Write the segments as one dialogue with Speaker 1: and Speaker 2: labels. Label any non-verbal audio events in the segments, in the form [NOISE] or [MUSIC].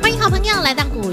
Speaker 1: 欢迎好朋友来到股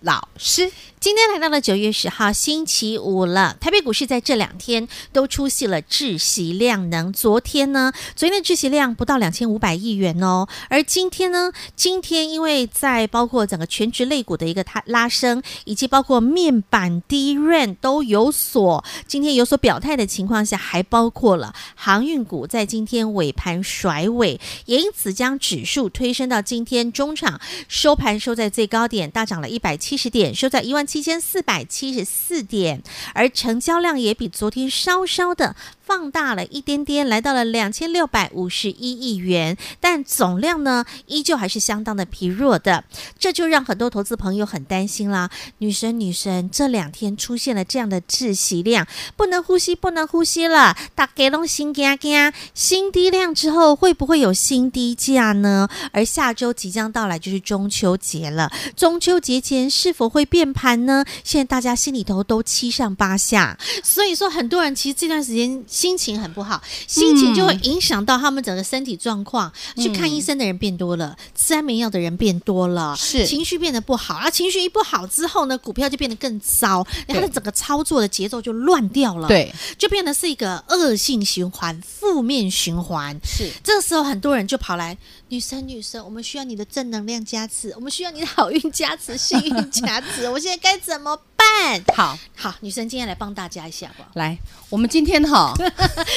Speaker 2: 老师。
Speaker 1: 今天来到了九月十号星期五了，台北股市在这两天都出现了窒息量能。昨天呢，昨天的窒息量不到两千五百亿元哦，而今天呢，今天因为在包括整个全职类股的一个它拉升，以及包括面板、低润都有所今天有所表态的情况下，还包括了航运股在今天尾盘甩尾，也因此将指数推升到今天中场收盘收在最高点，大涨了一百七十点，收在一万七千四百七十四点，而成交量也比昨天稍稍的放大了一点点，来到了两千六百五十一亿元，但总量呢依旧还是相当的疲弱的，这就让很多投资朋友很担心啦。女神，女神，这两天出现了这样的窒息量，不能呼吸，不能呼吸了，大家都心惊惊。新低量之后会不会有新低价呢？而下周即将到来就是中秋节了，中秋节前是否会变盘呢？现在大家心里头都七上八下，所以说很多人其实这段时间心情很不好，心情就会影响到他们整个身体状况。去看
Speaker 2: 嗯
Speaker 1: 医生的人变多了，吃安眠药的人变多了，
Speaker 2: 是
Speaker 1: 情绪变得不好，啊，情绪一不好之后呢，股票就变得更糟，它的整个操作的节奏就乱掉了，，
Speaker 2: 对，
Speaker 1: 就变得是一个恶性循环、负面循环。
Speaker 2: 是
Speaker 1: 这时候很多人就跑来，女生女生，我们需要你的正能量加持，我们需要你的好运加持、幸运加持，我现在该怎么办？
Speaker 2: 好。
Speaker 1: 好，女生今天来帮大家一下吧。
Speaker 2: 来，我们今天
Speaker 1: [LAUGHS]
Speaker 2: 哈，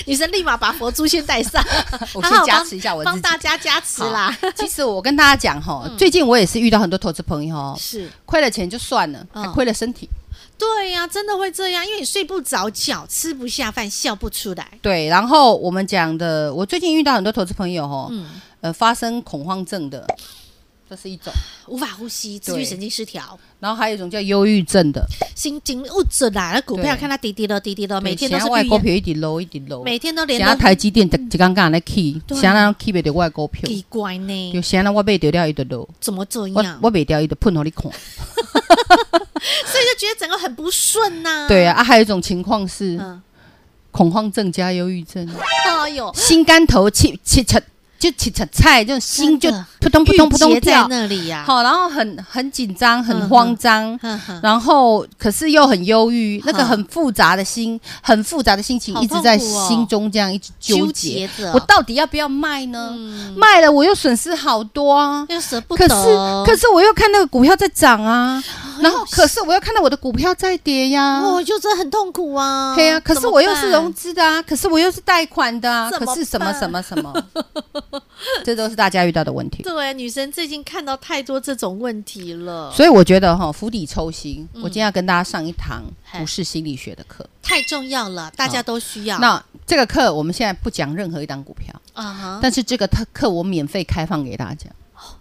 Speaker 1: 女生立马把佛珠先戴上，
Speaker 2: [LAUGHS] 我
Speaker 1: 好好
Speaker 2: 先加
Speaker 1: 帮
Speaker 2: 持一下我自
Speaker 1: 帮
Speaker 2: 己。
Speaker 1: 大家加持啦。
Speaker 2: 其实我跟大家讲哈，最近我也是遇到很多投资朋友哦，
Speaker 1: 是，
Speaker 2: 亏了钱就算了，
Speaker 1: 嗯
Speaker 2: 还亏了身体。
Speaker 1: [LAUGHS] 对呀、真的会这样，因为你睡不着觉，吃不下饭，笑不出来。
Speaker 2: 对，然后我们讲的，我最近遇到很多投资朋友哦，
Speaker 1: 嗯，
Speaker 2: 呃，发生恐慌症的，这是一种，
Speaker 1: 无法呼吸，自律
Speaker 2: 对
Speaker 1: 神经失调，
Speaker 2: 然后还有一种叫忧郁症的，
Speaker 1: 心情物质啦，那股票
Speaker 2: 对
Speaker 1: 看它跌跌落，跌跌落，每天都
Speaker 2: 想
Speaker 1: 是
Speaker 2: 要外
Speaker 1: 绿
Speaker 2: 股
Speaker 1: 烟，
Speaker 2: 票一直 low 一直 low，
Speaker 1: 每天都连
Speaker 2: 想要
Speaker 1: 着
Speaker 2: 台积电一刚刚来起，
Speaker 1: 对
Speaker 2: 想要 keep 得外股票，
Speaker 1: 奇怪
Speaker 2: 就
Speaker 1: 呢，
Speaker 2: 想要我卖掉了伊就落，
Speaker 1: 怎么这
Speaker 2: 我
Speaker 1: 样？
Speaker 2: 我卖掉伊就喷互你看。
Speaker 1: 所以就觉得整个很不顺呐、
Speaker 2: 对啊，啊还有一种情况是
Speaker 1: 嗯，
Speaker 2: 恐慌症加忧郁症，
Speaker 1: 哎呦，
Speaker 2: 心肝头切切切就切切菜，这种心就
Speaker 1: 真的
Speaker 2: 扑通扑通扑
Speaker 1: 郁
Speaker 2: 通
Speaker 1: 结在
Speaker 2: 跳，
Speaker 1: 那里呀、
Speaker 2: 好，然后很很紧张，
Speaker 1: 嗯
Speaker 2: 很慌张。
Speaker 1: 哼哼
Speaker 2: 然后，可是又很忧郁，那个
Speaker 1: 嗯
Speaker 2: 很复杂的心，很复杂的心情
Speaker 1: 好
Speaker 2: 一直在
Speaker 1: 痛苦哦
Speaker 2: 心中这样一直纠结。
Speaker 1: 着，
Speaker 2: 我到底要不要卖呢？
Speaker 1: 嗯，
Speaker 2: 卖了我又损失好多啊。
Speaker 1: 又舍不
Speaker 2: 可
Speaker 1: 得，
Speaker 2: 是可是我又看那个股票在涨啊，然后可是我又看到我的股票在跌呀。
Speaker 1: 哦我就真的很痛苦啊。
Speaker 2: 对啊呀，可是我又是
Speaker 1: 融
Speaker 2: 融资的啊，可是我又是贷款的啊，
Speaker 1: 怎么
Speaker 2: 可是什么
Speaker 1: 办
Speaker 2: 什么什
Speaker 1: [LAUGHS]
Speaker 2: 么，这都是大家遇到的问题。
Speaker 1: 对，女生最近看到太多这种问题了，
Speaker 2: 所以我觉得哈，釜底抽薪，
Speaker 1: 嗯
Speaker 2: 我今天要跟大家上一堂
Speaker 1: 嘿
Speaker 2: 股市心理学的课。
Speaker 1: 太重要了，大家都需要。
Speaker 2: 那这个课我们现在不讲任何一档股票，
Speaker 1: 啊哈，
Speaker 2: 但是这个特课我免费开放给大家。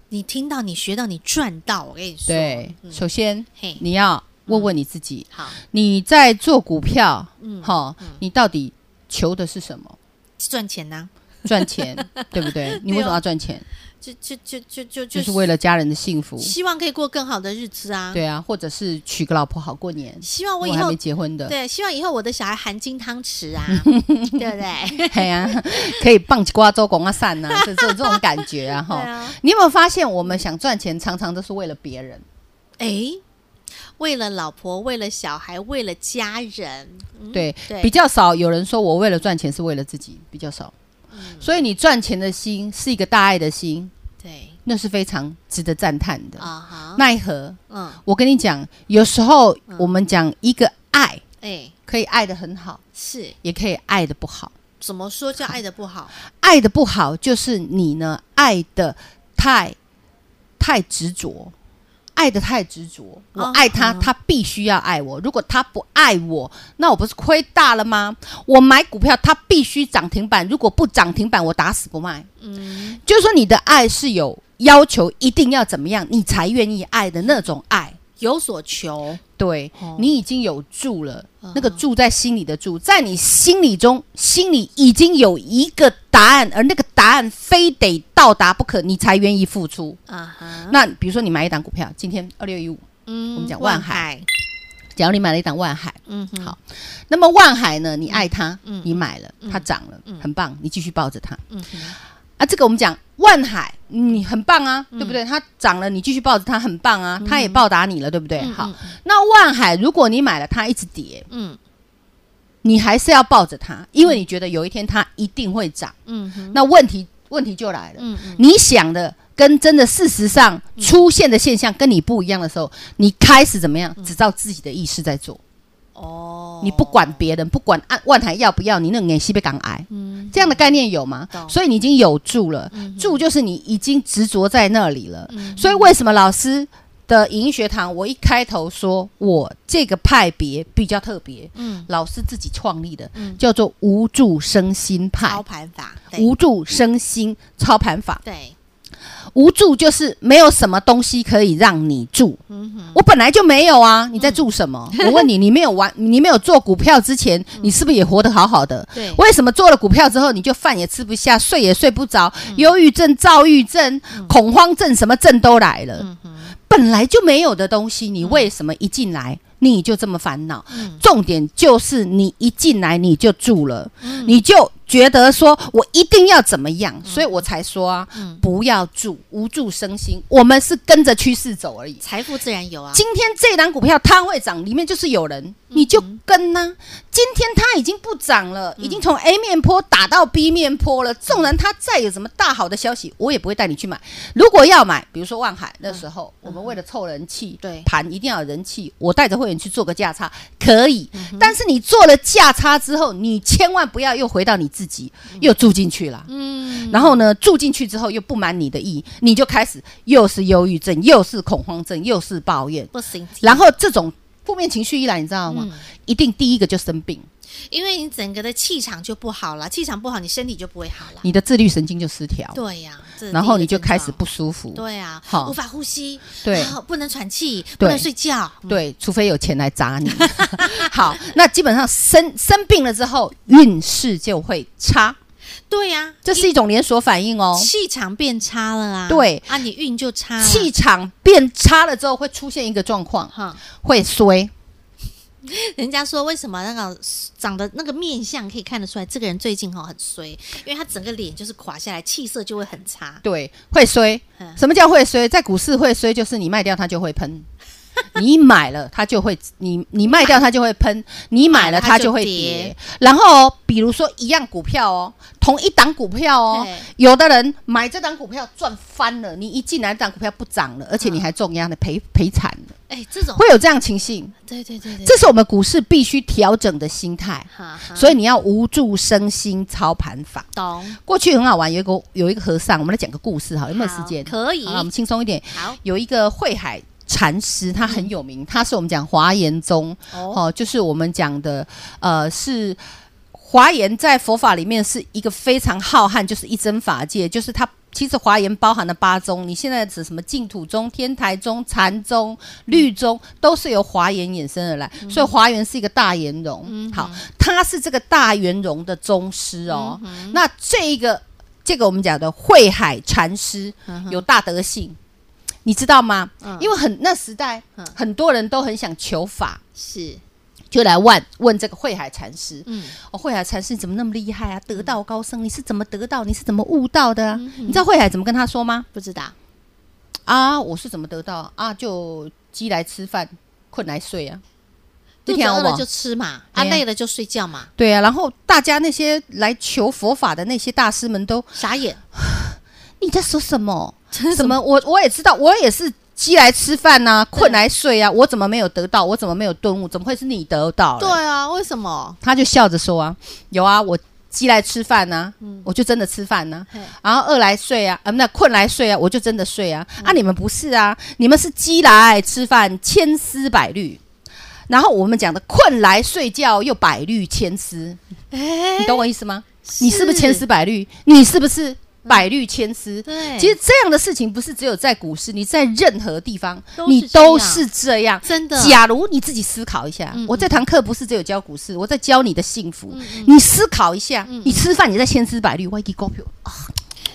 Speaker 1: 你听到，你学到，你赚到，我跟你说，
Speaker 2: 对，
Speaker 1: 嗯
Speaker 2: 首先
Speaker 1: 嘿，嗯
Speaker 2: 你要问问你自己，
Speaker 1: 好，
Speaker 2: 你在做股票，
Speaker 1: 嗯
Speaker 2: 哈、你到底求的是
Speaker 1: [LAUGHS]
Speaker 2: 什么？
Speaker 1: 赚钱呐，
Speaker 2: 赚钱，对不对？你为什么要赚钱？
Speaker 1: 就就就就啊就
Speaker 2: 就是为了家人的幸福，
Speaker 1: 希望可以过更好的日子啊。，
Speaker 2: 对啊，或者是娶个老婆好过年。
Speaker 1: 希望
Speaker 2: 我
Speaker 1: 啊我以
Speaker 2: 还
Speaker 1: 后
Speaker 2: 没结婚的，
Speaker 1: 对，希望以后我的小孩含金汤匙
Speaker 2: [LAUGHS]
Speaker 1: 啊，对不对？
Speaker 2: 哎呀、可以棒起瓜州广啊散
Speaker 1: [LAUGHS]
Speaker 2: 呐、这这种这种感觉啊，
Speaker 1: 对
Speaker 2: 哈、
Speaker 1: 啊，
Speaker 2: 你有没有发现，我们想赚钱，常常都是为了别人？
Speaker 1: 哎，为了老婆，为了小孩，为了家人，嗯
Speaker 2: 对，
Speaker 1: 对
Speaker 2: 比较少有人说我为了赚钱是为了自己，比较少。
Speaker 1: 嗯
Speaker 2: 所以你赚钱的心是一个大爱的心，
Speaker 1: 对
Speaker 2: 那是非常值得赞叹的。
Speaker 1: 啊哈，
Speaker 2: 奈何
Speaker 1: 嗯，
Speaker 2: 我跟你讲，有时候我们讲一个爱，
Speaker 1: 哎，
Speaker 2: 可以爱的很好，
Speaker 1: 是
Speaker 2: 也可以爱的不好。
Speaker 1: 怎么说叫爱的不好？
Speaker 2: 爱的不好就是你呢，爱的太太执着，爱的太执着，我
Speaker 1: 哦
Speaker 2: 爱他，
Speaker 1: 嗯
Speaker 2: 他必须要爱我。如果他不爱我，那我不是亏大了吗？我买股票，它必须涨停板，如果不涨停板，我打死不卖。
Speaker 1: 嗯，
Speaker 2: 就是说，你的爱是有要求，一定要怎么样，你才愿意爱的那种爱。
Speaker 1: 有所求，
Speaker 2: 对、
Speaker 1: 哦
Speaker 2: 你已经有住了，那个住在心里的住，在你心里中，心里已经有一个答案，而那个答案非得到达不可，你才愿意付出。
Speaker 1: 啊哈，
Speaker 2: 那比如说，你买一档股票，今天二六一五，
Speaker 1: 嗯
Speaker 2: 我们讲万海，假如你买了一档万海，
Speaker 1: 嗯哼，
Speaker 2: 好，那么万海呢，你爱它，
Speaker 1: 嗯
Speaker 2: 你买了，它涨了，很棒，你继续抱着它。
Speaker 1: 嗯哼，
Speaker 2: 啊，这个我们讲万海，你很棒啊，对不对？它涨了，你继续抱着它，很棒啊，它也报答你了，对不对？
Speaker 1: 嗯
Speaker 2: 好，那万海如果你买了它一直跌，
Speaker 1: 嗯
Speaker 2: 你还是要抱着它，因为你觉得有一天它一定会涨。
Speaker 1: 嗯哼，
Speaker 2: 那问题问题就来了，
Speaker 1: 嗯嗯
Speaker 2: 你想的跟真的事实上出现的现象跟你不一样的时候，你开始怎么
Speaker 1: 嗯
Speaker 2: 样？只照自己的意识在做，
Speaker 1: 哦，
Speaker 2: 你不管别人，不管按万海要不要，你那眼西被港癌。
Speaker 1: 嗯
Speaker 2: 这样的概念有吗
Speaker 1: 懂？嗯
Speaker 2: 所以你已经有住了，住就是你已经执着在那里了。所以为什么老师的影音学堂，我一开头说我这个派别比较特别，
Speaker 1: 嗯，
Speaker 2: 老师自己创立的，
Speaker 1: 嗯
Speaker 2: 叫做无助生心派
Speaker 1: 操。盘法，对
Speaker 2: 无助生心操盘法，
Speaker 1: 对，
Speaker 2: 无助就是没有什么东西可以让你住。
Speaker 1: 嗯哼，
Speaker 2: 我本来就没有啊，你在住
Speaker 1: [LAUGHS]
Speaker 2: 什么？我问你，你没有玩，你没有做股票之前，你是不是也活得好好的？
Speaker 1: 对，
Speaker 2: 为什么做了股票之后，你就饭也吃不下，睡也睡不着，
Speaker 1: 嗯
Speaker 2: 忧郁症、躁郁症、恐慌症，什么症都来了？
Speaker 1: 嗯
Speaker 2: 本来就没有的东西，你为什么一进来？你就这么烦恼，
Speaker 1: 嗯
Speaker 2: 重点就是你一进来你就住了，
Speaker 1: 嗯
Speaker 2: 你就觉得说我一定要怎么样，所以我才说啊，
Speaker 1: 嗯
Speaker 2: 不要住，无助生心。我们是跟着趋势走而已。
Speaker 1: 财富自然有啊，
Speaker 2: 今天这档股票它会涨，里面就是有人，你就跟呐、今天它已经不涨了，已经从 A 面坡打到 B 面坡了。纵然它再有什么大好的消息，我也不会带你去买。如果要买，比如说万海那时候，我们为了凑人气，
Speaker 1: 对
Speaker 2: 盘一定要有人气，我带着会员去做个价差可以。
Speaker 1: 嗯
Speaker 2: 但是你做了价差之后，你千万不要又回到你自己，又住进去了。
Speaker 1: 嗯，
Speaker 2: 然后呢，住进去之后又不满你的意，你就开始又是忧郁症，又是恐慌症，又是抱怨，
Speaker 1: 不行，
Speaker 2: 然后这种负面情绪一来，你知道吗？
Speaker 1: 嗯
Speaker 2: 一定第一个就生病，
Speaker 1: 因为你整个的气场就不好了，气场不好，你身体就不会好了，
Speaker 2: 你的自律神经就失调，
Speaker 1: 对呀，这是
Speaker 2: 然
Speaker 1: 第一
Speaker 2: 后
Speaker 1: 个
Speaker 2: 你就
Speaker 1: 症
Speaker 2: 开始
Speaker 1: 状
Speaker 2: 不舒服。
Speaker 1: 对啊，
Speaker 2: 好
Speaker 1: 无法呼吸，
Speaker 2: 对
Speaker 1: 啊不能喘气，不
Speaker 2: 对
Speaker 1: 能睡觉，
Speaker 2: 对，除非有钱来
Speaker 1: [LAUGHS]
Speaker 2: 砸你。好，那基本上生生病了之后，运势就会差，
Speaker 1: 对呀，
Speaker 2: 这是一种连锁反应哦。
Speaker 1: 气场变差了啊，
Speaker 2: 对
Speaker 1: 啊，你运就差了，
Speaker 2: 气场变差了之后，会出现一个状况，
Speaker 1: 哈，
Speaker 2: 会衰。
Speaker 1: 人家说为什么那个长得那个面相可以看得出来，这个人最近哈很衰，因为他整个脸就是垮下来，气色就会很差。
Speaker 2: 对，会衰
Speaker 1: 嗯。
Speaker 2: 什么叫会衰？在股市会衰，就是你卖掉它就会喷， [LAUGHS] 你买了它就会，你你卖掉它就会喷，你买了它就
Speaker 1: 买了
Speaker 2: 会跌。然后哦、比如说一样股票哦，同一档股票哦
Speaker 1: 对，
Speaker 2: 有的人买这档股票赚翻了，你一进来这档股票不涨了，而且你还中央的赔赔惨了，
Speaker 1: 哎，这种
Speaker 2: 会有这样情形。
Speaker 1: 对对对对，
Speaker 2: 这是我们股市必须调整的心态。
Speaker 1: 哈哈，
Speaker 2: 所以你要无助生心操盘法。
Speaker 1: 懂
Speaker 2: 过去很好玩，有一个有一个和尚，我们来讲个故事哈，有没有时
Speaker 1: 好
Speaker 2: 间？
Speaker 1: 可以
Speaker 2: 好了我们轻松一点。
Speaker 1: 好
Speaker 2: 有一个慧海禅师，他很有名，他是我们讲华严宗
Speaker 1: 哦，
Speaker 2: 哦，就是我们讲的呃是。华严在佛法里面是一个非常浩瀚，就是一真法界，就是它其实华严包含了八宗，你现在指什么净土宗、天台宗、禅宗、律宗，都是由华严衍生而来，
Speaker 1: 嗯
Speaker 2: 所以华严是一个大圆融。好，他是这个大圆融的宗师哦。
Speaker 1: 嗯
Speaker 2: 那这一个这个我们讲的慧海禅师
Speaker 1: 嗯
Speaker 2: 有大德性，你知道吗？因为很那时代
Speaker 1: 嗯
Speaker 2: 很多人都很想求法，
Speaker 1: 是
Speaker 2: 就来问问这个慧海禅师。
Speaker 1: 嗯
Speaker 2: 哦，慧海禅师你怎么那么厉害啊？得道高僧，你是怎么得到？你是怎么悟到的、
Speaker 1: 嗯
Speaker 2: 啊？你知道慧海怎么跟他说吗？
Speaker 1: 不知道
Speaker 2: 啊，我是怎么得到啊？就饥来吃饭，困来睡啊。
Speaker 1: 肚
Speaker 2: 你
Speaker 1: 子
Speaker 2: 听
Speaker 1: 饿
Speaker 2: 有
Speaker 1: 了
Speaker 2: 无
Speaker 1: 就吃嘛，啊
Speaker 2: 对啊
Speaker 1: 累了就睡觉嘛，
Speaker 2: 对啊，然后大家那些来求佛法的那些大师们都，
Speaker 1: 傻眼，
Speaker 2: 你在说什么？什么？我我也知道，我也是饥来吃饭呐、困来睡啊，我怎么没有得到？我
Speaker 1: 啊
Speaker 2: 怎么没有顿悟？怎么会是你得到了？
Speaker 1: 对啊，为什么？
Speaker 2: 他就笑着说啊，有啊，我饥来吃饭呐、我就真的吃饭呐、
Speaker 1: 嗯嘿
Speaker 2: 然后饿来睡啊，啊、那困来睡啊，我就真的睡啊。
Speaker 1: 嗯
Speaker 2: 啊，你们不是啊，你们是饥来吃饭，千丝百虑。然后我们讲的困来睡觉又百虑千丝，
Speaker 1: 哎
Speaker 2: 你懂我意思吗？你是不是千丝百虑？你是不是百虑千丝？
Speaker 1: 对
Speaker 2: 其实这样的事情不是只有在股市，你在任何地方
Speaker 1: 都，是
Speaker 2: 你
Speaker 1: 这样
Speaker 2: 都是这样。
Speaker 1: 真的
Speaker 2: 假如你自己思考一下，
Speaker 1: 嗯
Speaker 2: 我这堂课不是只有教股市，我在教你的幸福。你思考一下，
Speaker 1: 嗯
Speaker 2: 你吃饭你在千丝百虑，万一股票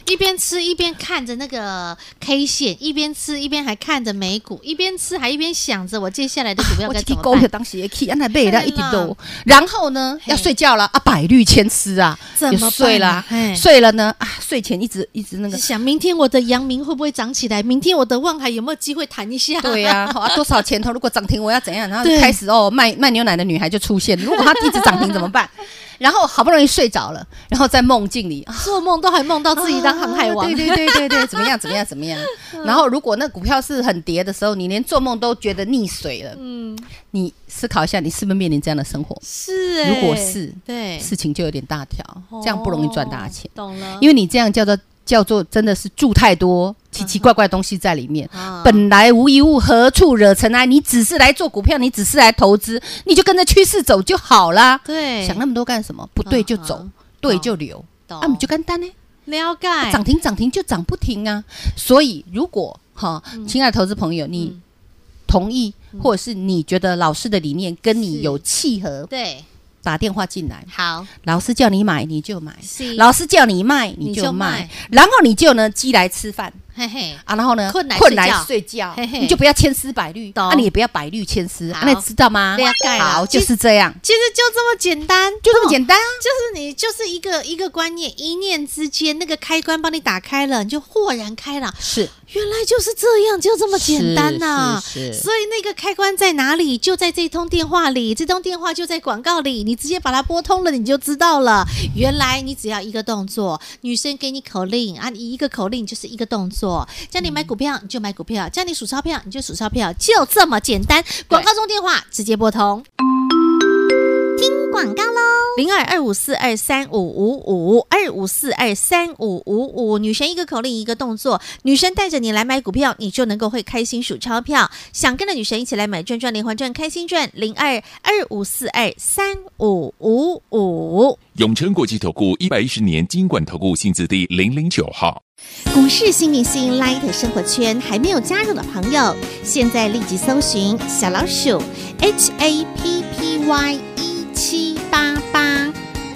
Speaker 1: 一边吃一边看着那个 K 线，一边吃一边还看着美股，一边吃还一边想 [LAUGHS] 着我接下来的股票
Speaker 2: 我
Speaker 1: 该怎
Speaker 2: 这支
Speaker 1: 么
Speaker 2: 股票
Speaker 1: 办？
Speaker 2: 当时也起，安那背了
Speaker 1: 对
Speaker 2: 一直
Speaker 1: 啦
Speaker 2: 都。然后呢，
Speaker 1: 嘿
Speaker 2: 要睡觉了啊，百虑千丝啊，
Speaker 1: 怎么
Speaker 2: 也
Speaker 1: 办啊
Speaker 2: 睡啦
Speaker 1: 嘿，
Speaker 2: 睡了呢啊，睡前一直一直那个
Speaker 1: 是啊想明天我的阳明会不会涨起来？明天我的望海有没有机会谈一下？
Speaker 2: [LAUGHS] 对呀、好啊，多少钱头？如果涨停，我要怎样？然后
Speaker 1: 对
Speaker 2: 开始哦，卖卖牛奶的女孩就出现。如果她一直涨停怎么办？ [LAUGHS] 然后好不容易睡着了，然后在梦境里啊，
Speaker 1: [LAUGHS] 做梦都还梦到自己当航海王。
Speaker 2: [LAUGHS]
Speaker 1: 嗯
Speaker 2: 对对对对对，怎么样怎么样
Speaker 1: [LAUGHS]
Speaker 2: 怎么样？然后如果那股票是很跌的时候，你连做梦都觉得溺水了。
Speaker 1: 嗯，
Speaker 2: 你思考一下，你是不是面临这样的生活？
Speaker 1: 是、欸。
Speaker 2: 如果嗯是
Speaker 1: 对，
Speaker 2: 事情就有点大条，这样不容易赚大钱
Speaker 1: 哦，懂了。为
Speaker 2: 因为你这样叫做叫做真的是住太
Speaker 1: 嗯
Speaker 2: 多奇奇怪怪的东西在里面。嗯
Speaker 1: 啊
Speaker 2: 本来无一物，何处惹尘埃？你只是来做股票，你只是来投资，你就跟着趋势走就好啦。
Speaker 1: 对
Speaker 2: 想那么多干什么？不对就走，
Speaker 1: 嗯
Speaker 2: 对就留，
Speaker 1: 懂，
Speaker 2: 啊，你就干单呢、
Speaker 1: 了解
Speaker 2: 涨停涨停就涨不停啊。所以，如果哈，亲爱的投资朋友，你
Speaker 1: 嗯
Speaker 2: 同意、或者是你觉得老师的理念跟
Speaker 1: 是
Speaker 2: 你有契合，
Speaker 1: 对，
Speaker 2: 打电话进来，
Speaker 1: 好，
Speaker 2: 老师叫你买你就买，
Speaker 1: 是
Speaker 2: 老师叫你卖你
Speaker 1: 你
Speaker 2: 就
Speaker 1: 就
Speaker 2: 卖
Speaker 1: 卖，
Speaker 2: 然后你就呢鸡来吃饭。
Speaker 1: 嘿嘿，
Speaker 2: 啊，然后呢，
Speaker 1: 困难睡觉
Speaker 2: 困难睡觉，
Speaker 1: 嘿嘿
Speaker 2: 你就不要千丝百虑，
Speaker 1: 懂
Speaker 2: 啊，你也不要百虑千丝，啊
Speaker 1: 好，
Speaker 2: 那你知道吗？
Speaker 1: 了解了
Speaker 2: 好，
Speaker 1: 其
Speaker 2: 就
Speaker 1: 实哦
Speaker 2: 是这样，
Speaker 1: 其实就这么简单，
Speaker 2: 就这
Speaker 1: 哦
Speaker 2: 么简单啊。
Speaker 1: 就是你就是一个一个观念，一念之间，那个开关帮你打开了，你就豁然开朗，
Speaker 2: 是
Speaker 1: 原来就是这样，就这么简单啊呐、
Speaker 2: 是是是
Speaker 1: 所以那个开关在哪里？就在这通电话里，这通电话就在广告里，你直接把它拨通了，你就知道了。原来你只要一个动作，女生给你口令啊，你一个口令就是一个动作，叫你买股票你就买股票，叫你数钞票你就数钞票，就这么简单。广告中电话直接拨通。广告喽，零二二五四二三五五五二五四二三五五五，女神一个口令一个动作，女神带着你来买股票，你就能够会开心数钞票。想跟着女神一起来买赚赚连环赚开心赚，零二二五四二三五五五。
Speaker 3: 永诚国际投顾一百一十年金管投顾新字第零零九号，
Speaker 1: 股市新明星 Light 生活圈还没有加入的朋友，现在立即搜寻小老鼠 HAPPY 一 E 七八八，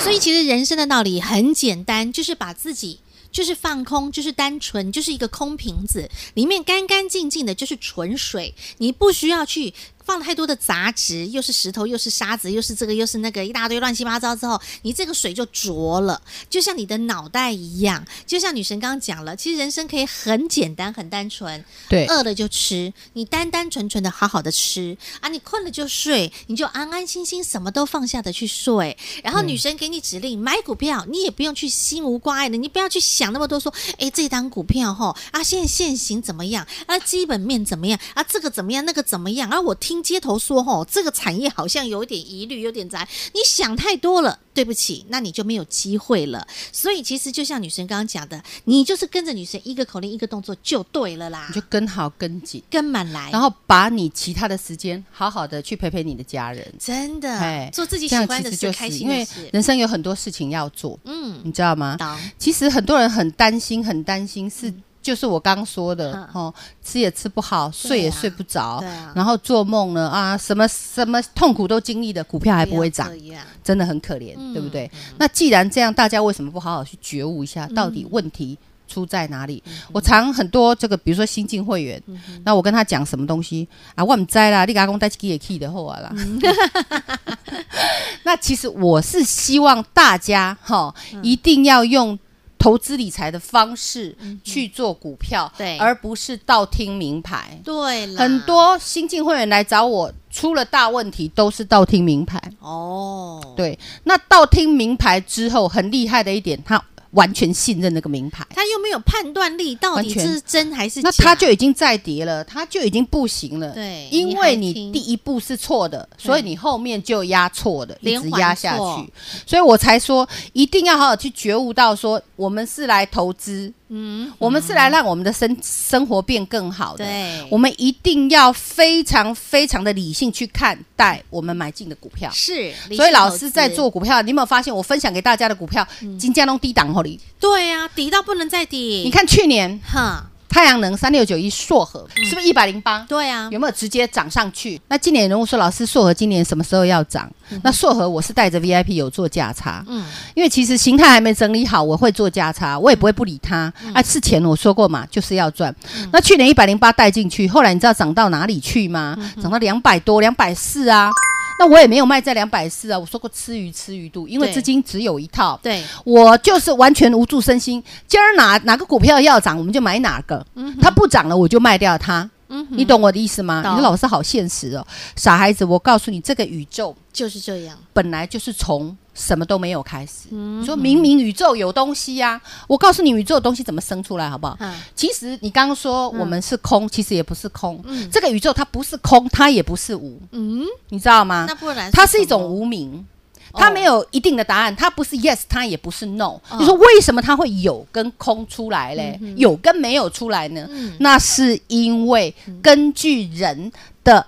Speaker 1: 所以其实人生的道理很简单，就是把自己。就是放空，就是单纯，就是一个空瓶子，里面干干净净的，就是纯水。你不需要去放太多的杂质，又是石头，又是沙子，又是这个，又是那个，一大堆乱七八糟之后，你这个水就浊了，就像你的脑袋一样。就像女神刚刚讲了，其实人生可以很简单，很单纯，
Speaker 2: 对
Speaker 1: 饿了就吃，你单单纯纯的好好的吃啊，你困了就睡，你就安安心心什么都放下的去睡。然后女神给你指令买股票，你也不用去心无挂碍的，你不要去想那么多，说诶这档股票吼啊现在现行怎么样啊基本面怎么样啊这个怎么样那个怎么样啊我听街头说吼这个产业好像有一点疑虑有点杂，你想太多了，对不起，那你就没有机会了。所以其实就像女神刚刚讲的，你就是跟着女神一个口令一个动作就对了啦
Speaker 2: 你。就跟好跟紧，
Speaker 1: 跟满来，
Speaker 2: 然后把你其他的时间好好的去陪陪你的家人。
Speaker 1: 真的
Speaker 2: 哎
Speaker 1: 做自己喜
Speaker 2: 这样
Speaker 1: 欢
Speaker 2: 其
Speaker 1: 的
Speaker 2: 实
Speaker 1: 事，
Speaker 2: 就是
Speaker 1: 开心
Speaker 2: 因
Speaker 1: 的
Speaker 2: 为
Speaker 1: 事。
Speaker 2: 人生有很多事情要做，
Speaker 1: 嗯，
Speaker 2: 你知道吗？
Speaker 1: 懂
Speaker 2: 其实很多人很担心，很担心是。就是我刚说的
Speaker 1: 嗯啊
Speaker 2: 哦，吃也吃不好，睡也睡不着
Speaker 1: 对啊，
Speaker 2: 然后做梦呢啊，什么什么痛苦都经历的，股票还不会涨
Speaker 1: 要，这样
Speaker 2: 真的很可怜
Speaker 1: 嗯，嗯
Speaker 2: 对不对？那既然这样，大家为什么不好好去觉悟一下，到底问题出在哪里。我常很多这个，比如说新进会员，
Speaker 1: 嗯
Speaker 2: 那我跟他讲什么东西啊，我唔知啦，你给他讲带起也 key 的后啊
Speaker 1: [LAUGHS]
Speaker 2: 啦。那其实我是希望大家哈，
Speaker 1: 嗯
Speaker 2: 一定要用。投资理财的方式去做股票，
Speaker 1: 嗯对
Speaker 2: 而不是道听名牌。
Speaker 1: 对了，
Speaker 2: 很多新进会员来找我，出了大问题都是道听名牌。
Speaker 1: 哦，
Speaker 2: 对，那道听名牌之后，很厉害的一点，他完全信任那个名牌，
Speaker 1: 他又没有判断力，到底
Speaker 2: 完
Speaker 1: 这
Speaker 2: 全
Speaker 1: 是真还是假？
Speaker 2: 那他就已经在跌了，他就已经不行了。
Speaker 1: 对
Speaker 2: 因为你
Speaker 1: 你还听
Speaker 2: 第一步是错的，所以你后面就压错的，一
Speaker 1: 连
Speaker 2: 直
Speaker 1: 环
Speaker 2: 压下
Speaker 1: 错
Speaker 2: 去。所以我才说，一定要好好去觉悟到说，我们是来投资，嗯，我们是来让我们的生生活变更好的。
Speaker 1: 对
Speaker 2: 我们一定要非常非常的理性去看待我们买进的股票。
Speaker 1: 是，理
Speaker 2: 所以
Speaker 1: 性
Speaker 2: 老
Speaker 1: 投
Speaker 2: 师
Speaker 1: 资
Speaker 2: 在做股票，你有没有发现我分享给大家的股票，
Speaker 1: 嗯
Speaker 2: 金价弄低档后里？
Speaker 1: 对啊，抵到不能再抵。
Speaker 2: 你，看去年
Speaker 1: 哈，
Speaker 2: 太阳能三六九一硕和是不是一百零八？
Speaker 1: 嗯对啊，
Speaker 2: 有没有直接涨上去？那今年人物说，老师，硕和今年什么时候要涨？那硕和我是带着 VIP 有做价差，
Speaker 1: 嗯
Speaker 2: 因为其实形态还没整理好，我会做价差，我也不会不理它。
Speaker 1: 嗯
Speaker 2: 啊，是钱我说过嘛，就是要赚。那去年一百零八带进去，后来你知道涨到哪里去吗？
Speaker 1: 嗯
Speaker 2: 涨到两百多，两百四啊。那我也没有卖在两百四啊，我说过吃鱼吃鱼肚，因为
Speaker 1: 对
Speaker 2: 资金只有一套。
Speaker 1: 对，
Speaker 2: 我就是完全无助身心，今儿哪哪个股票要涨，我们就买哪个，
Speaker 1: 嗯
Speaker 2: 它不涨了我就卖掉它。你懂我的意思吗？
Speaker 1: 懂
Speaker 2: 你说老师好现实哦，傻孩子，我告诉你，这个宇宙
Speaker 1: 就是这样。
Speaker 2: 本来就是从什么都没有开始。
Speaker 1: 嗯
Speaker 2: 你说明明宇宙有东西呀、我告诉你，宇宙的东西怎么生出来，好不好？
Speaker 1: 嗯
Speaker 2: 其实你刚刚说我们是空，其实也不是空。这个宇宙它不是空，它也不是无，
Speaker 1: 嗯，
Speaker 2: 你知道吗？
Speaker 1: 那不然
Speaker 2: 它是一
Speaker 1: 什
Speaker 2: 种
Speaker 1: 么
Speaker 2: 无名，
Speaker 1: 哦
Speaker 2: 它没有一定的答案，它不是 yes，它也不是 no
Speaker 1: 嗯。
Speaker 2: 你说为什么它会有跟空出来嘞？有跟没有出来呢？
Speaker 1: 嗯
Speaker 2: 那是因为根据人的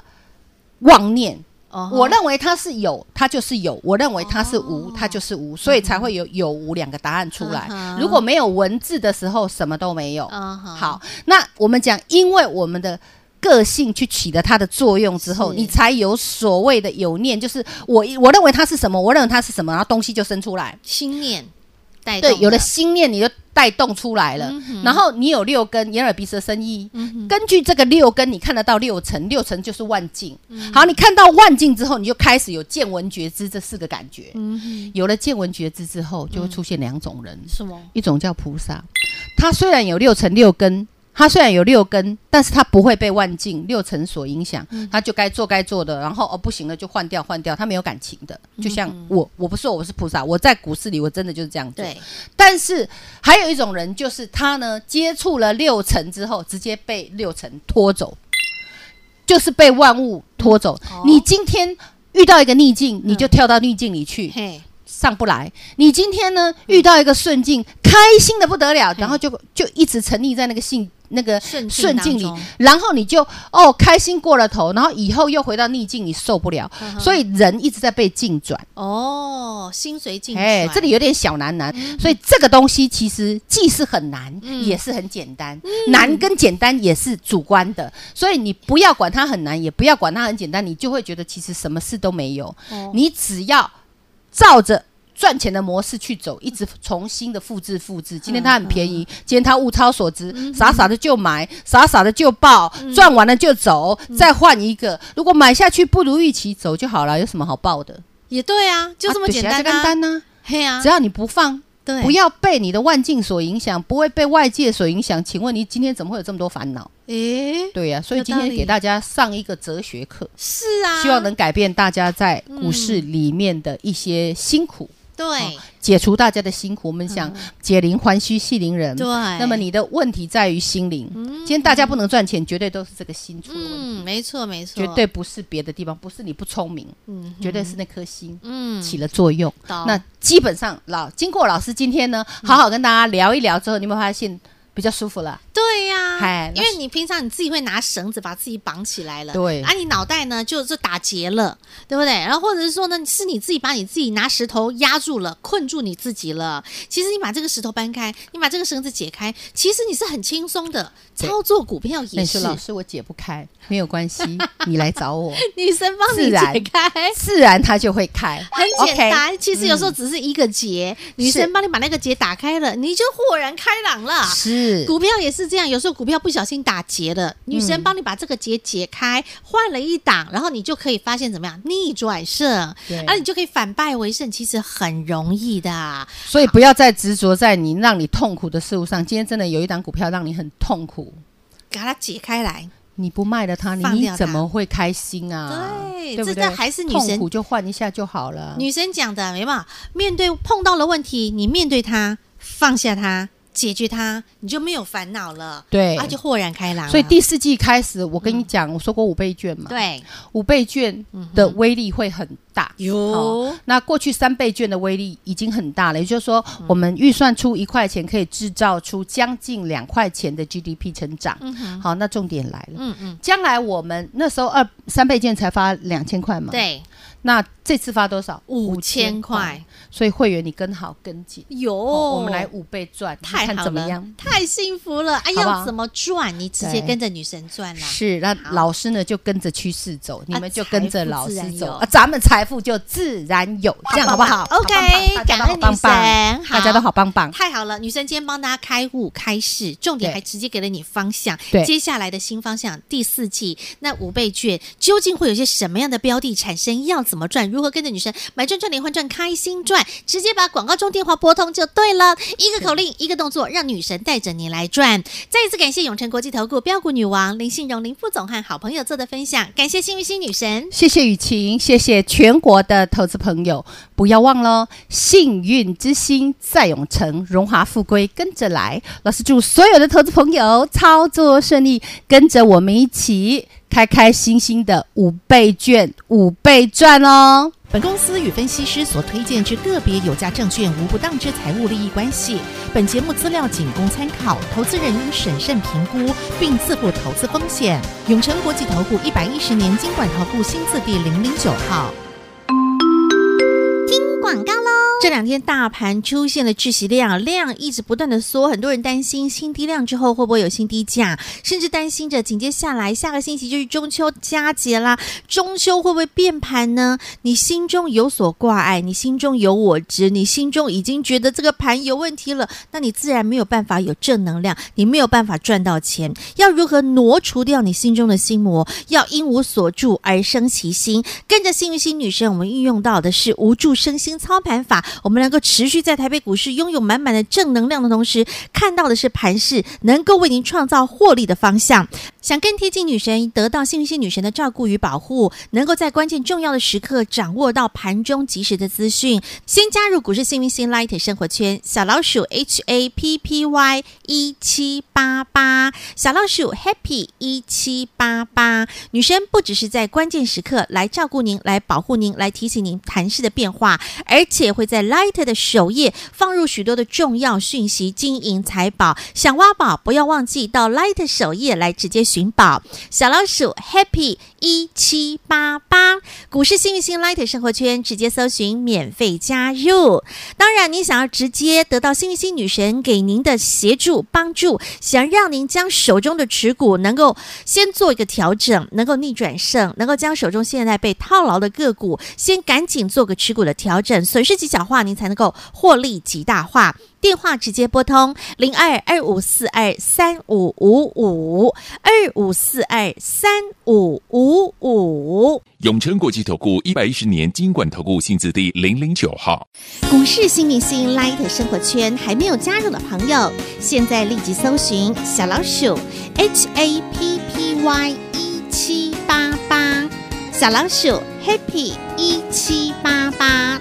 Speaker 2: 妄念。
Speaker 1: 哦
Speaker 2: 我认为它是有，它就是有；我认为它是无，它就是无，所以才会有有无两个答案出来
Speaker 1: 哦嗯。哼
Speaker 2: 如果没有文字的时候，什么都没有。
Speaker 1: 嗯哼
Speaker 2: 好，那我们讲，因为我们的。个性去起了它的作用之后，
Speaker 1: 是
Speaker 2: 你才有所谓的有念，就是我我认为它是什么，我认为它是什么，然后东西就生出来。
Speaker 1: 心念带
Speaker 2: 对，
Speaker 1: 动嗯
Speaker 2: 有了心念你就带动出来了。然后你有六根，眼耳鼻舌身意，根据这个六根，你看得到六层，六层就是万境。
Speaker 1: 嗯
Speaker 2: 好，你看到万境之后，你就开始有见闻觉知这四个感觉。
Speaker 1: 嗯
Speaker 2: 有了见闻觉知之后，就会出现两种人，
Speaker 1: 什么？
Speaker 2: 一种叫菩萨，他虽然有六层六根。他虽然有六根，但是他不会被万境六尘所影响，
Speaker 1: 嗯
Speaker 2: 他就该做该做的，然后哦不行了就换掉换掉，他没有感情的，
Speaker 1: 嗯
Speaker 2: 就像我，我不说我是菩萨，我在股市里我真的就是这样做。
Speaker 1: 对，
Speaker 2: 但是还有一种人，就是他呢接触了六层之后，直接被六层拖走，就是被万物拖走。
Speaker 1: 哦嗯
Speaker 2: 你今天遇到一个逆境，你就跳到逆境里去，
Speaker 1: 嘿，
Speaker 2: 上不来。你今天呢遇到一个顺境，开心的不得了，然后就就一直沉溺在那个性那个
Speaker 1: 顺境
Speaker 2: 顺境
Speaker 1: 当
Speaker 2: 里
Speaker 1: 中，
Speaker 2: 然后你就哦开心过了头，然后以后又回到逆境，你受不了。
Speaker 1: 嗯
Speaker 2: 所以人一直在被境转。
Speaker 1: 哦，心随境
Speaker 2: 哎，
Speaker 1: 转
Speaker 2: 这里有点小难难，
Speaker 1: 嗯
Speaker 2: 所以这个东西其实既是很难，也是很简单。
Speaker 1: 嗯
Speaker 2: 难跟简单也是主观的，所以你不要管它很难，也不要管它很简单，你就会觉得其实什么事都没有。
Speaker 1: 哦
Speaker 2: 你只要照着。赚钱的模式去走，一直重新的复制复制。今天它很
Speaker 1: 嗯
Speaker 2: 便宜，今天它物超所值，傻傻的就买，傻傻的就报，
Speaker 1: 嗯
Speaker 2: 赚完了就走，再换一个。如果买下去不如预期，走就好了，有什么好报的？
Speaker 1: 也对啊，就这么
Speaker 2: 啊
Speaker 1: 简单
Speaker 2: 就是这
Speaker 1: 啊，
Speaker 2: 简单呢。
Speaker 1: 嘿啊
Speaker 2: 只，要你不放，
Speaker 1: 对，
Speaker 2: 不要被你的万境所影响，不会被外界所影响。请问你今天怎么会有这么多烦恼？
Speaker 1: 诶，
Speaker 2: 对呀、所以
Speaker 1: 有
Speaker 2: 今
Speaker 1: 道
Speaker 2: 天
Speaker 1: 理
Speaker 2: 给大家上一个哲学课，
Speaker 1: 是啊，嗯
Speaker 2: 希望能改变大家在股市里面的一些辛苦，
Speaker 1: 对
Speaker 2: 解除大家的辛苦。我们想解铃还须系铃人。
Speaker 1: 嗯对，
Speaker 2: 嗯那么你的问题在于心灵。今天大家不能赚钱，绝对都是这个心出了问题，
Speaker 1: 嗯，没错没错，
Speaker 2: 绝对不是别的地方，不是你不聪明，
Speaker 1: 嗯
Speaker 2: 绝对是那颗心。
Speaker 1: 嗯，
Speaker 2: 起了作用。
Speaker 1: 懂
Speaker 2: 那基本上老经过老师今天呢，好好跟大家聊一聊之后，你有没有发现比较舒服了？
Speaker 1: 对呀、
Speaker 2: 嗨
Speaker 1: 因为你平常你自己会拿绳子把自己绑起来了，
Speaker 2: 对
Speaker 1: 啊，你脑袋呢就就打结了，对不对？然后或者是说呢，是你自己把你自己拿石头压住了，困住你自己了。其实你把这个石头搬开，你把这个绳子解开，其实你是很轻松的
Speaker 2: 对
Speaker 1: 操作股票
Speaker 2: 那
Speaker 1: 也
Speaker 2: 你
Speaker 1: 是
Speaker 2: 说，老师我解不开，没有
Speaker 1: [LAUGHS]
Speaker 2: 关系，你来找我，
Speaker 1: 女生帮你
Speaker 2: 自然
Speaker 1: 解开。
Speaker 2: 自然它就会开，
Speaker 1: 哎很简
Speaker 2: OK，嗯
Speaker 1: 单其实有时候只是一个结，女生帮你把那个结打开了，你就豁然开朗了。
Speaker 2: 是嗯
Speaker 1: 股票也是这样，有时候股票不小心打结了，女生帮你把这个结解开，换了一档，然后你就可以发现怎么样逆转胜，啊
Speaker 2: 对
Speaker 1: 而你就可以反败为胜，其实很容易的。
Speaker 2: 所以不要再执着在你让你痛苦的事物上。今天真的有一档股票让你很痛苦，
Speaker 1: 给它解开来，
Speaker 2: 你不卖了它，你
Speaker 1: 放掉它
Speaker 2: 你怎么会开心啊？
Speaker 1: 对
Speaker 2: 不
Speaker 1: 这
Speaker 2: 对
Speaker 1: 这还是女神
Speaker 2: 痛苦就换一下就好了。
Speaker 1: 女生讲的没办法，面对碰到了问题，你面对它，放下它，解决它，你就没有烦恼了，
Speaker 2: 对
Speaker 1: 啊，就豁然开朗了。嗯
Speaker 2: 所以第四季开始，我跟你讲，我说过五倍券嘛，
Speaker 1: 对
Speaker 2: 五倍券的威力会很大。
Speaker 1: 嗯有、
Speaker 2: 哦那过去三倍券的威力已经很大了，也就是说，
Speaker 1: 嗯
Speaker 2: 我们预算出一块钱，可以制造出将近两块钱的 GDP 成长。好，那重点来了，
Speaker 1: 嗯嗯，
Speaker 2: 将来我们那时候二三倍券才发两千块嘛，，
Speaker 1: 对，
Speaker 2: 那这次发多少？
Speaker 1: 五千，块
Speaker 2: 所以会员你跟好跟紧，
Speaker 1: 有、
Speaker 2: 哦，我们来五倍赚，你
Speaker 1: 太
Speaker 2: 看
Speaker 1: 好
Speaker 2: 怎么
Speaker 1: 了
Speaker 2: 样？，
Speaker 1: 太幸福了！哎，
Speaker 2: 好不好
Speaker 1: 要怎么赚？你直接跟着女神赚啦。
Speaker 2: 是，那老师呢就跟着趋势走，你们就跟着老
Speaker 1: 啊财富
Speaker 2: 师
Speaker 1: 自然
Speaker 2: 走
Speaker 1: 有
Speaker 2: 啊，咱们财富就自然有，这样好不
Speaker 1: 棒
Speaker 2: 好
Speaker 1: 棒？OK，
Speaker 2: 好棒棒大家
Speaker 1: 感
Speaker 2: 都好
Speaker 1: 恩女
Speaker 2: 棒棒
Speaker 1: 神，
Speaker 2: 大家都好棒棒。
Speaker 1: 太好了，女神今天帮大家开悟开示，重点
Speaker 2: 对
Speaker 1: 还直接给了你方向。
Speaker 2: 对
Speaker 1: 接下来的新方向，第四季那五倍券究竟会有些什么样的标的产生？要怎么赚？如何跟着女神买赚赚连环赚，开心赚？直接把广告中电话拨通就对了，一个口令，一个动作，让女神带着你来赚。再一次感谢永诚国际投顾标股女王林信荣林副总和好朋友做的分享，感谢幸运星女神。
Speaker 2: 谢谢雨晴，谢谢全国的投资朋友，不要忘了，哦幸运之星在永城，荣华富贵跟着来。老师祝所有的投资朋友操作顺利，跟着我们一起开开心心的五倍券五倍赚哦。
Speaker 4: 本公司与分析师所推荐之个别有价证券无不当之财务利益关系。本节目资料仅供参考，投资人应审慎评估并自负投资风险。永诚国际投顾一百一十年经管投顾新字第零零九号。
Speaker 1: 广告喽！这两天大盘出现了窒息量，量一直不断的缩，很多人担心新低量之后会不会有新低价，甚至担心着紧接下来下个星期就是中秋佳节啦，中秋会不会变盘呢？你心中有所挂碍，你心中有我执，你心中已经觉得这个盘有问题了，那你自然没有办法有正能量，你没有办法赚到钱。要如何挪除掉你心中的心魔？要因无所住而生其心，跟着幸运星女神，我们运用到的是无助身心操盘法，我们能够持续在台北股市拥有满满的正能量的同时，看到的是盘势能够为您创造获利的方向。想更贴近女神，得到幸运星女神的照顾与保护，能够在关键重要的时刻掌握到盘中及时的资讯。先加入股市幸运星 Light 生活圈，小老鼠 H A P P Y 一七八八，小老鼠 Happy 一七八八。女生不只是在关键时刻来照顾您、来保护您、来提醒您盘势的变化，而且会在 Light 的首页放入许多的重要讯息，金银财宝。想挖宝，不要忘记到 Light 首页来直接寻宝。小老鼠 Happy 一七八八，股市幸运星 Light 生活圈直接搜寻免费加入。当然，您想要直接得到幸运星女神给您的协助帮助，想让您将手中的持股能够先做一个调整，能够逆转胜，能够将手中现在被套牢的个股先赶紧做个持股的调整，损失极小化，您才能够获利极大化。电话直接拨通零二二五四二三五五五二五四二三五五五。
Speaker 3: 永诚国际投顾一百一十年金管投顾性质第零零九号。
Speaker 1: 股市新明星 Light 生活圈还没有加入的朋友，现在立即搜寻小老鼠 HAPPY 一七八八，小老鼠 Happy 一七八八，